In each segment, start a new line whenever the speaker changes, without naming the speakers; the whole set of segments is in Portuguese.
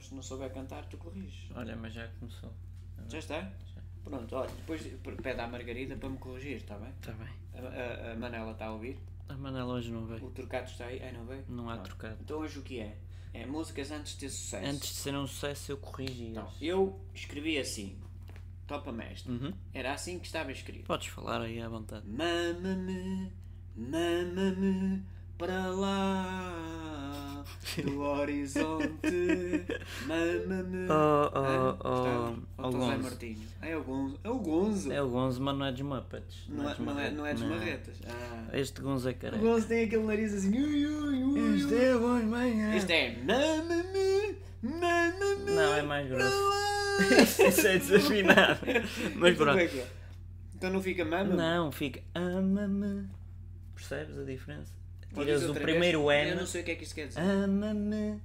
se não souber cantar, tu corriges.
Olha, mas já começou.
Já está?
Já.
Pronto, olha, depois pede à Margarida para me corrigir, está Tá bem?
Está bem.
A, a- a Manela está a ouvir?
A Manela hoje não
O
veio.
Turcato está aí? Ah, não É veio?
Não há trocado.
Então hoje o que é? É músicas antes de ter sucesso.
Antes de ser um sucesso, Hum. eu corrigi
Então,
eles.
eu escrevi assim. Topa mestre. Era assim que estava escrito.
Uhum. Podes falar aí à vontade.
Mama-me, mama-me para lá do horizonte. Mama-me.
Oh,
Ah,
oh,
está-
oh.
ou
o
do Zé
Gonzo.
Martinho. Ah, É o Gonzo. É o Gonzo.
É o Gonzo, mas não é dos Muppets.
Não, é, não, é, não é dos marretas. Ah.
Este Gonzo é
O
careca.
Gonzo tem aquele nariz assim. Ui, ui, ui, ui.
é bom, manhã.
Isto é. Mama-me, mama-me.
Não, é mais
para
grosso.
lá.
Isso é desafinado. Mas
Então como é
pronto.
que é? Então não fica mama?
Não, fica ama-me. Percebes a diferença?
Pode
Tiras
dizer
o
outra
primeiro
vez? Eu
N,
não sei o que é que isso quer dizer. É
ama-me.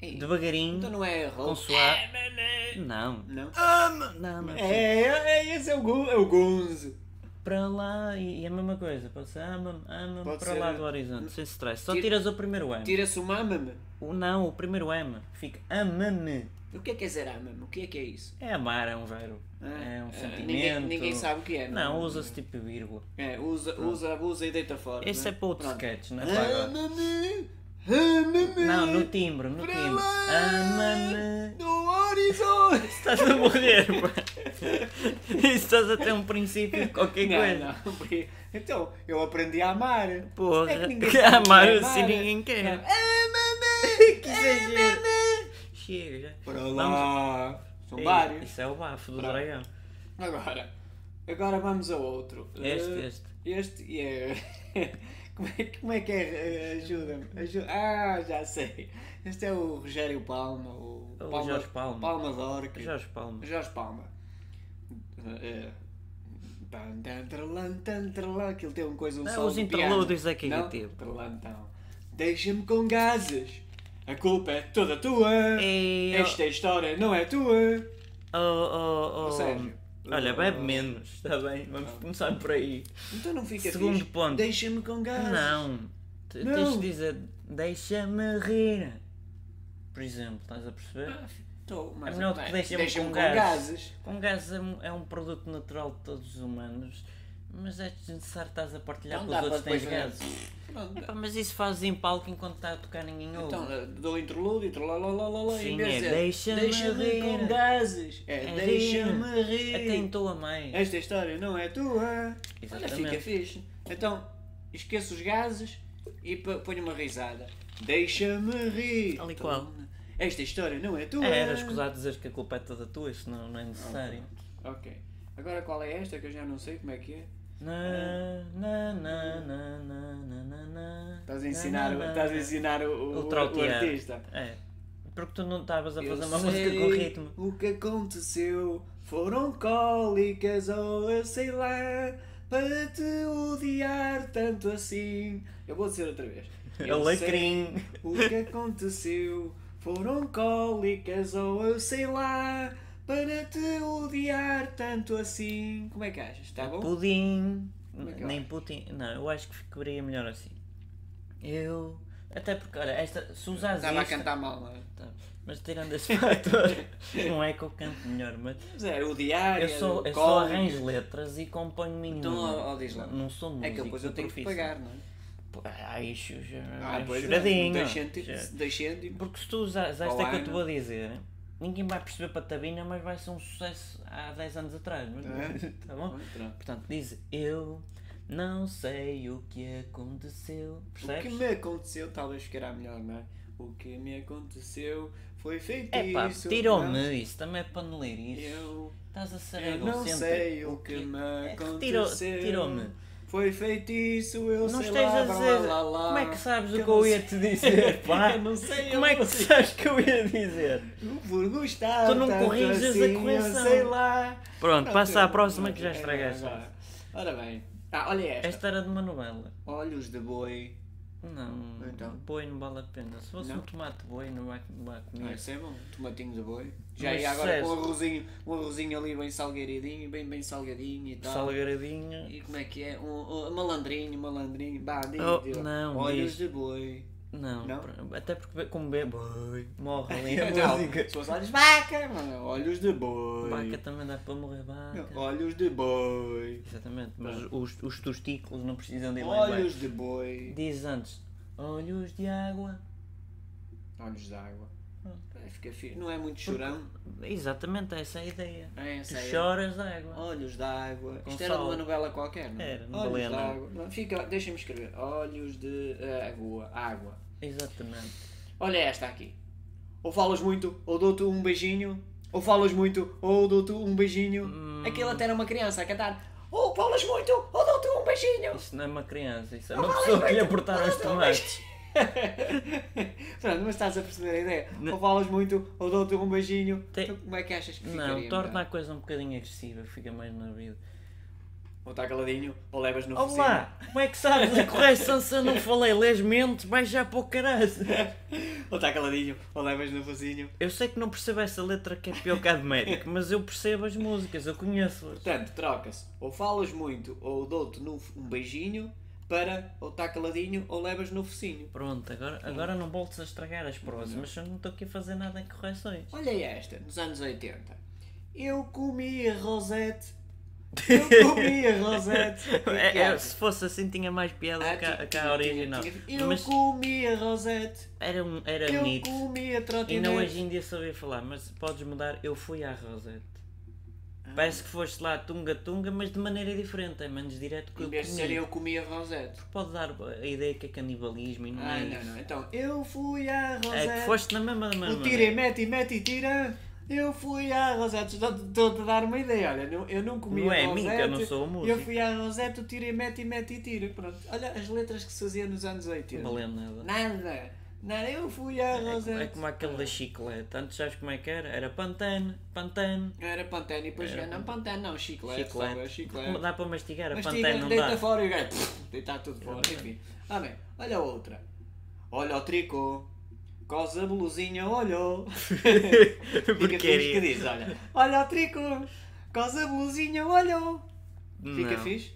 Ei,
Devagarinho.
Então não é roll.
Consoar.
Ama-me.
Não.
Não.
Ama! Não, não.
É, é, é, esse é o, Gon- é o Gonzo.
Para lá e, e a mesma coisa. Pode ser ah, ama-me, ama-me
Pode
para
ser-
lá do horizonte, sem stress. Só
Tira-
tiras o primeiro M.
Tira-se o mama-me.
O, não, o primeiro M. Fica ama-me.
O que é que é dizer ama-me? O que é que é isso?
É amar, é um verbo.
Ah,
É um
ah,
sentimento.
Ninguém, ninguém sabe o que é.
Não, usa-se tipo vírgula.
É, usa, usa, abusa e deita fora.
Esse é para outro sketch, não é para agora.
Ama-me, ama-me.
Não, no timbre, no
para
timbre.
lá
Ama-me.
Do horizonte.
Estás a morrer, pá. Isso estás a ter um princípio de qualquer coisa.
Não, não, porque- Então, eu aprendi a amar.
Porra,
É que ninguém
que
sabe o que é
amar
amar.
assim ninguém quer.
Não.
Ama-me. Que
É
exagero. Chega já.
Para
Vamos-
lá. São
Ei,
vários.
Isso é o bafo do
Pronto.
dragão.
Agora, agora vamos a outro.
Este,
Eh,
este.
Este e é. Como é, como é que é? Eh, Ajuda-me. Ajuda ah, já sei. Este é o Rogério Palma. O,
É O Jorge Palma.
Palma de Orque.
Jorge Palma.
Jorge Palma. Eh, tan, tan, tralan, tan, tralan, Aquilo tem uma coisa, um
Não,
solo
os
de
interlúdios
piano.
é que é
Não?
irritante.
Tralan, então. Deixa-me com gases. A culpa é toda tua.
Ei, oh,
Esta história não é tua.
oh, oh, oh.
Sérgio.
Olha, bebe
Oh.
menos, está bem? Vamos começar por aí.
Então não fica
Segundo
fixe.
ponto.
Deixa-me com gases.
Não. T-
Não.
Tens de dizer, deixa-me rir. Por exemplo, estás a perceber?
Tô, Então, mas
É melhor
bem,
que deixem-me com
gases.
Com gás é um, é um produto natural de todos os humanos, mas é desnecessário estás a partilhar
Então
com os
dá
outros
para
tens
depois
gases. Epá, mas isso fazes em palco enquanto está a tocar ninguém ouve.
Então, eh, dou interlúdio, tralalalala,
Sim,
em vez de
é
dizer,
deixa-me
deixa-me
rir.
com gases. É,
É
deixa-me rir.
Até entoa mais.
Esta história não é tua. Olha,
Exatamente.
é- fica fixe. Então, esqueço os gases e p- ponho uma risada. Deixa-me rir. Então,
Tal e qual.
Esta história não é tua.
É, era escusado dizer que a culpa é toda tua, isso não, não é necessário.
Ok. Agora qual é esta que eu já não sei como é que é?
Na, na, na, na, na, na, na, na.
Estás a ensinar,
Na, na, na,
estás a
na.
ensinar o,
O
o, o
trautear.
artista.
É. Porque tu não estavas a
Eu
fazer uma
sei
música com ritmo.
O que aconteceu foram cólicas ou eu sei lá para te odiar tanto assim. Eu vou dizer outra vez. Eu sei
Alecrim.
O que aconteceu foram cólicas ou eu sei lá para te odiar tanto assim. Como é que achas? Está bom?
Pudim.
Como é que eu
Nem pudim. Não, eu acho que ficaria melhor assim. Eu. Até porque, olha, esta, se usares
Estava a
esta-
cantar mal, não é?
Tá, Mas tirando esse fator, não é que eu canto melhor, mas
Mas é o diário.
eu só, eu só
cólica.
arranjo letras e componho-me
Então, ó, ó, diz lá.
não, não sou músico.
É que depois eu
de
tenho que
profissão.
pagar, não é?
Pô, Ai, xuxa,
Ah, pois é.
choradinho.
Dois cênti-
Já.
dois cêntimos.
Porque se tu usares esta é que eu te
ano.
vou dizer, ninguém vai perceber patabina, mas vai ser um sucesso há 10 anos atrás, mas
É.
tá bom? Portanto, diz eu não sei o que aconteceu,
O que
percebes?
me aconteceu, talvez ficará melhor, não é? O que me aconteceu foi feito
É pá,
isso.
tirou-me isso, também é para me ler
não,
isso.
Eu,
Estás a ser
eu não
egocêntrico.
sei o que
quê?
me
É, retirou-
aconteceu.
Tirou-me.
Foi feito isso, eu
Não
sei
estejas
lá,
a
blá,
dizer.
blá, blá.
Como é que sabes o
eu
que eu
não
ia te dizer, pá?
Eu não sei,
Como
eu
é que
não sei.
sabes que eu ia dizer?
Por gostar
Tu não
tanto
corriges a
assim,
correção.
Eu sei lá.
Pronto, passa à
eu-
próxima que já
é,
estragaste.
agora. Ora bem. Ah, olha esta.
Esta era de uma novela.
Olhos de boi.
Não,
Então?
boi não vale a pena. Se fosse
Não?
um tomate boi, não vai, vai
Ah,
comer.
isso é bom, tomatinho de boi. Já
Mas é
ia agora com
sucesso.
um arrozinho, um arrozinho ali bem salgueiradinho, bem, bem salgadinho e tal.
Salgadinho.
E como é que é? Um, um malandrinho, malandrinho, bah, diga,
Oh,
diga.
não,
Olhos
diz.
de boi.
Não,
Não?
pr- até porque be- como bebo, ai, morre ali.
É
Não.
música. Se fosse olhos de vaca, mano, olhos de boi.
Vaca também dá para morrer vaca.
Não, olhos de boi.
Exatamente, mas os, os testículos não precisam de ir lá embaixo.
Olhos de boi.
Diz antes, olhos de água.
Olhos d'água.
Pronto.
É, Fica fixe. Não é muito chorão.
Exatamente essa é a ideia.
É,
Tu
essa é.
choras d'água.
Olhos d'água.
Com
Isto era de
sal.
uma novela qualquer, não é?
Era, não valia
Olhos
nada.
d'água. Não, Fica, deixa-me escrever. Olhos de eh, água. Água.
Exatamente.
Olha esta aqui. Ou falas muito, ou dou-te um beijinho. Ou falas muito, ou dou-te um beijinho.
Hum.
Aquilo até era uma criança a cantar. Ou falas muito, ou dou-te um beijinho.
Isso não é uma criança, isso é uma pessoa que lhe aportaram os tomates.
um Pronto, mas estás a perceber a ideia.
Não.
Ou falas muito, ou dou-te um beijinho.
Tem-
Tu como é que achas que ficaria?
Não, torna a
melhor?
coisa um bocadinho agressiva, fica mais na vida.
Ou está caladinho, ou levas no
Olá, como é que sabes a correção se eu não falei? Lês mente, vai já para o caralho.
focinho. Ou está caladinho, ou levas no focinho.
Eu sei que não percebo essa letra que é pior que a de médico, mas eu percebo as músicas, eu conheço-as.
Portanto, troca-se. Ou falas muito, ou dou-te no- um beijinho. Para, ou está caladinho, ou levas no focinho.
Pronto, agora, agora não voltes a estragar as prosas, mas eu não estou aqui a fazer nada em correções.
Olha esta, nos anos 80. Eu comi a Rosette. Eu comi a Rosette. O que é que
É, é,
achas?
se fosse assim tinha mais piada
Ah,
que a-
tinha-
que
tinha-
a original.
tinha- tinha- Eu
Mas
comi a Rosette.
era, um, era
Eu
bonito.
comi a
E não
trotinete.
hoje em dia sabia falar, mas podes mudar, eu fui à Rosette. Parece que foste lá tunga-tunga, mas de maneira diferente, é menos direto que
Em
eu
vez de ser
comi.
eu comi a Rosette.
Pode dar a ideia que é canibalismo e não
Ah,
é
não,
isso.
não. Então, eu fui à
É que
Rosette.
foste na mesma é?
O é
mesma.
tira e mete, e mete e tira. Eu fui à Rosette. Estou-te a dar uma ideia. Olha, não- eu não comi
Não
a
é a mim,
Rosette.
que eu não sou o músico.
Eu fui à Rosette, o tira e mete, e mete e tira. Pronto. Olha as letras que se fazia nos anos 80.
Não lembro nada.
Nada. Nada. Eu fui à
É,
Rosette.
é como aquele da chiclete. Antes sabes como é que era? Era pantene, pantene.
Era pantene e depois...
Era
Não, pantene não. Chiclete. talvez,
Chiclete.
Chiclete.
Como Dá para mastigar, a
Mas
pantene
tira,
não
deita
dá.
fora e o gajo pff, deitar tudo fora. Enfim. Ah, bem, olha outra. Olha o tricô. Cosa blusinha olhou. Fica fixe que
Porcaria.
diz, olha. Olha o tricô. Cosa blusinha olhou. Fica
Não.
fixe?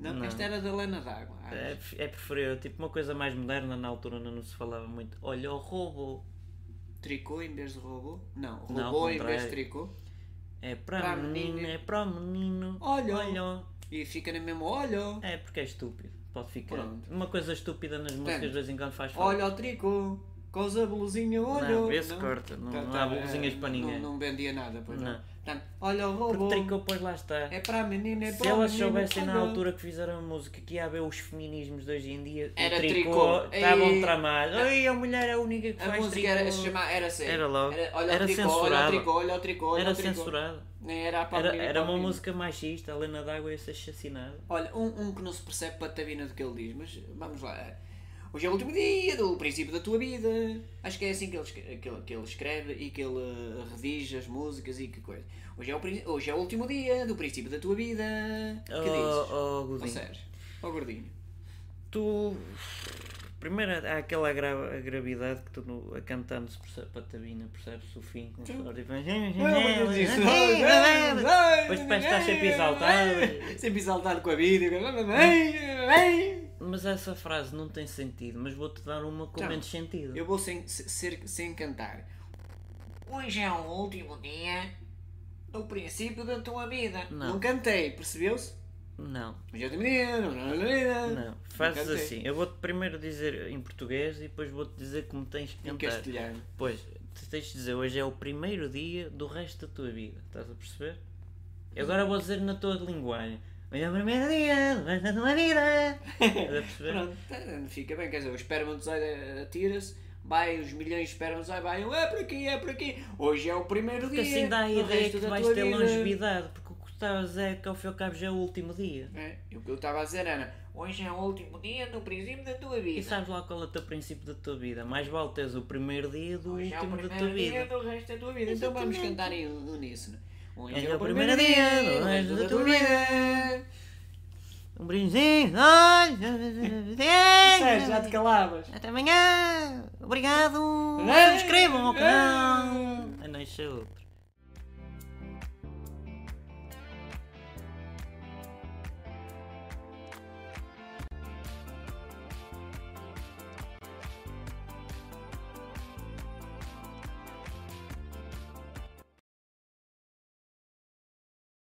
Não,
Não.
esta era da Lena d'Água. Ah,
É, é preferível, tipo uma coisa mais moderna, na altura não se falava muito. Olha o roubo,
Tricô em vez de robô? Não,
Não, ao
robô em vez de
contrário.
tricô.
é para
Para a
menino,
menina.
é para o menino.
Olha.
Olha.
E fica na mesma, olha.
É porque é estúpido, pode ficar.
Pronto.
Uma coisa estúpida nas músicas de vez em quando faz falta.
Olha o tricô. Cosa blusinha olhou. Tá,
Não, esse corta, não- não há blusinhas para ninguém.
é, Não, não vendia nada, pois não.
Não.
Portanto, olha o robô.
Porque tricô, pois lá está.
É para a menina, é para
Se
o
elas
menino,
soubessem na
olha.
altura que fizeram a música que ia haver os feminismos de hoje em dia,
Era
o tricô,
tricô. Ei.
estavam tramados. Ei, a mulher é a única que
A
faz
música
tricô.
era, se chamava, era assim.
Era logo.
olha
Era
o tricô, olha o
censurada.
tricô, olha o tricô, olha
Era
o tricô.
censurado.
Nem era para a
Era,
menina,
era
para o
uma
menino.
música machista, a Lena d'Água ia ser assassinada.
Olha, um, um que não se percebe patabina do que ele diz, mas vamos lá. Hoje é o último dia do princípio da tua vida. Acho que é assim que ele, escre- que ele, que ele escreve e que ele eh, redige as músicas e que coisa. Hoje é o, prin- hoje é o último dia do princípio da tua vida. Que
Oh,
dizes?
oh,
Ou
Godinho.
seja, ó gordinho.
Tu. Primeiro há aquela gra- gravidade que tu no- a cantar não se percebe patabina, percebes o fim com os Depois parece que estás sempre exaltado.
Sempre tá exaltado com a vida.
Mas essa frase não tem sentido, mas vou-te dar uma com
Tá.
menos sentido.
Eu vou sem, se- ser, sem cantar. Hoje é o último dia do princípio da tua vida. Não,
Não.
cantei, percebeu-se?
Não,
Hoje é o último dia. Não, não, não, não.
não. Fazes
cantei.
assim. Eu vou-te primeiro dizer em português e depois vou-te dizer como tens que
Em
cantar.
castelhano.
Pois, tu tens de dizer hoje é o primeiro dia do resto da tua vida. Estás a perceber? Eu agora vou dizer na tua linguagem. Hoje é o primeiro dia do resto da tua vida. Estás a perceber?
Pronto, tá, não fica bem. Quer dizer, o espermatozoide atira-se. eh, Vai, os milhões de espermatozoides vai, é por aqui, é por aqui. Hoje é o primeiro
Porque
dia.
assim dá a
do
ideia
resto
que
da
vais
tua
ter
vida.
longevidade. Porque o que estavas é que ao fim e ao cabo já é o último dia.
É, e o que eu estava a dizer era: hoje é o último dia do princípio da tua vida.
E sabes lá qual é o teu princípio da tua vida? Mais vale teres o primeiro dia do
Hoje é o
último da
primeiro
tua
dia
vida.
do resto da tua vida. Então vamos
Exatamente.
cantar em uníssono. Hoje
É o primeiro dia do resto da tua
vida.
Um brindinho. Olha.
é, já te calavas.
Até amanhã. Obrigado.
Ei.
Subscrevam ao canal. Ah, não, isso é outro.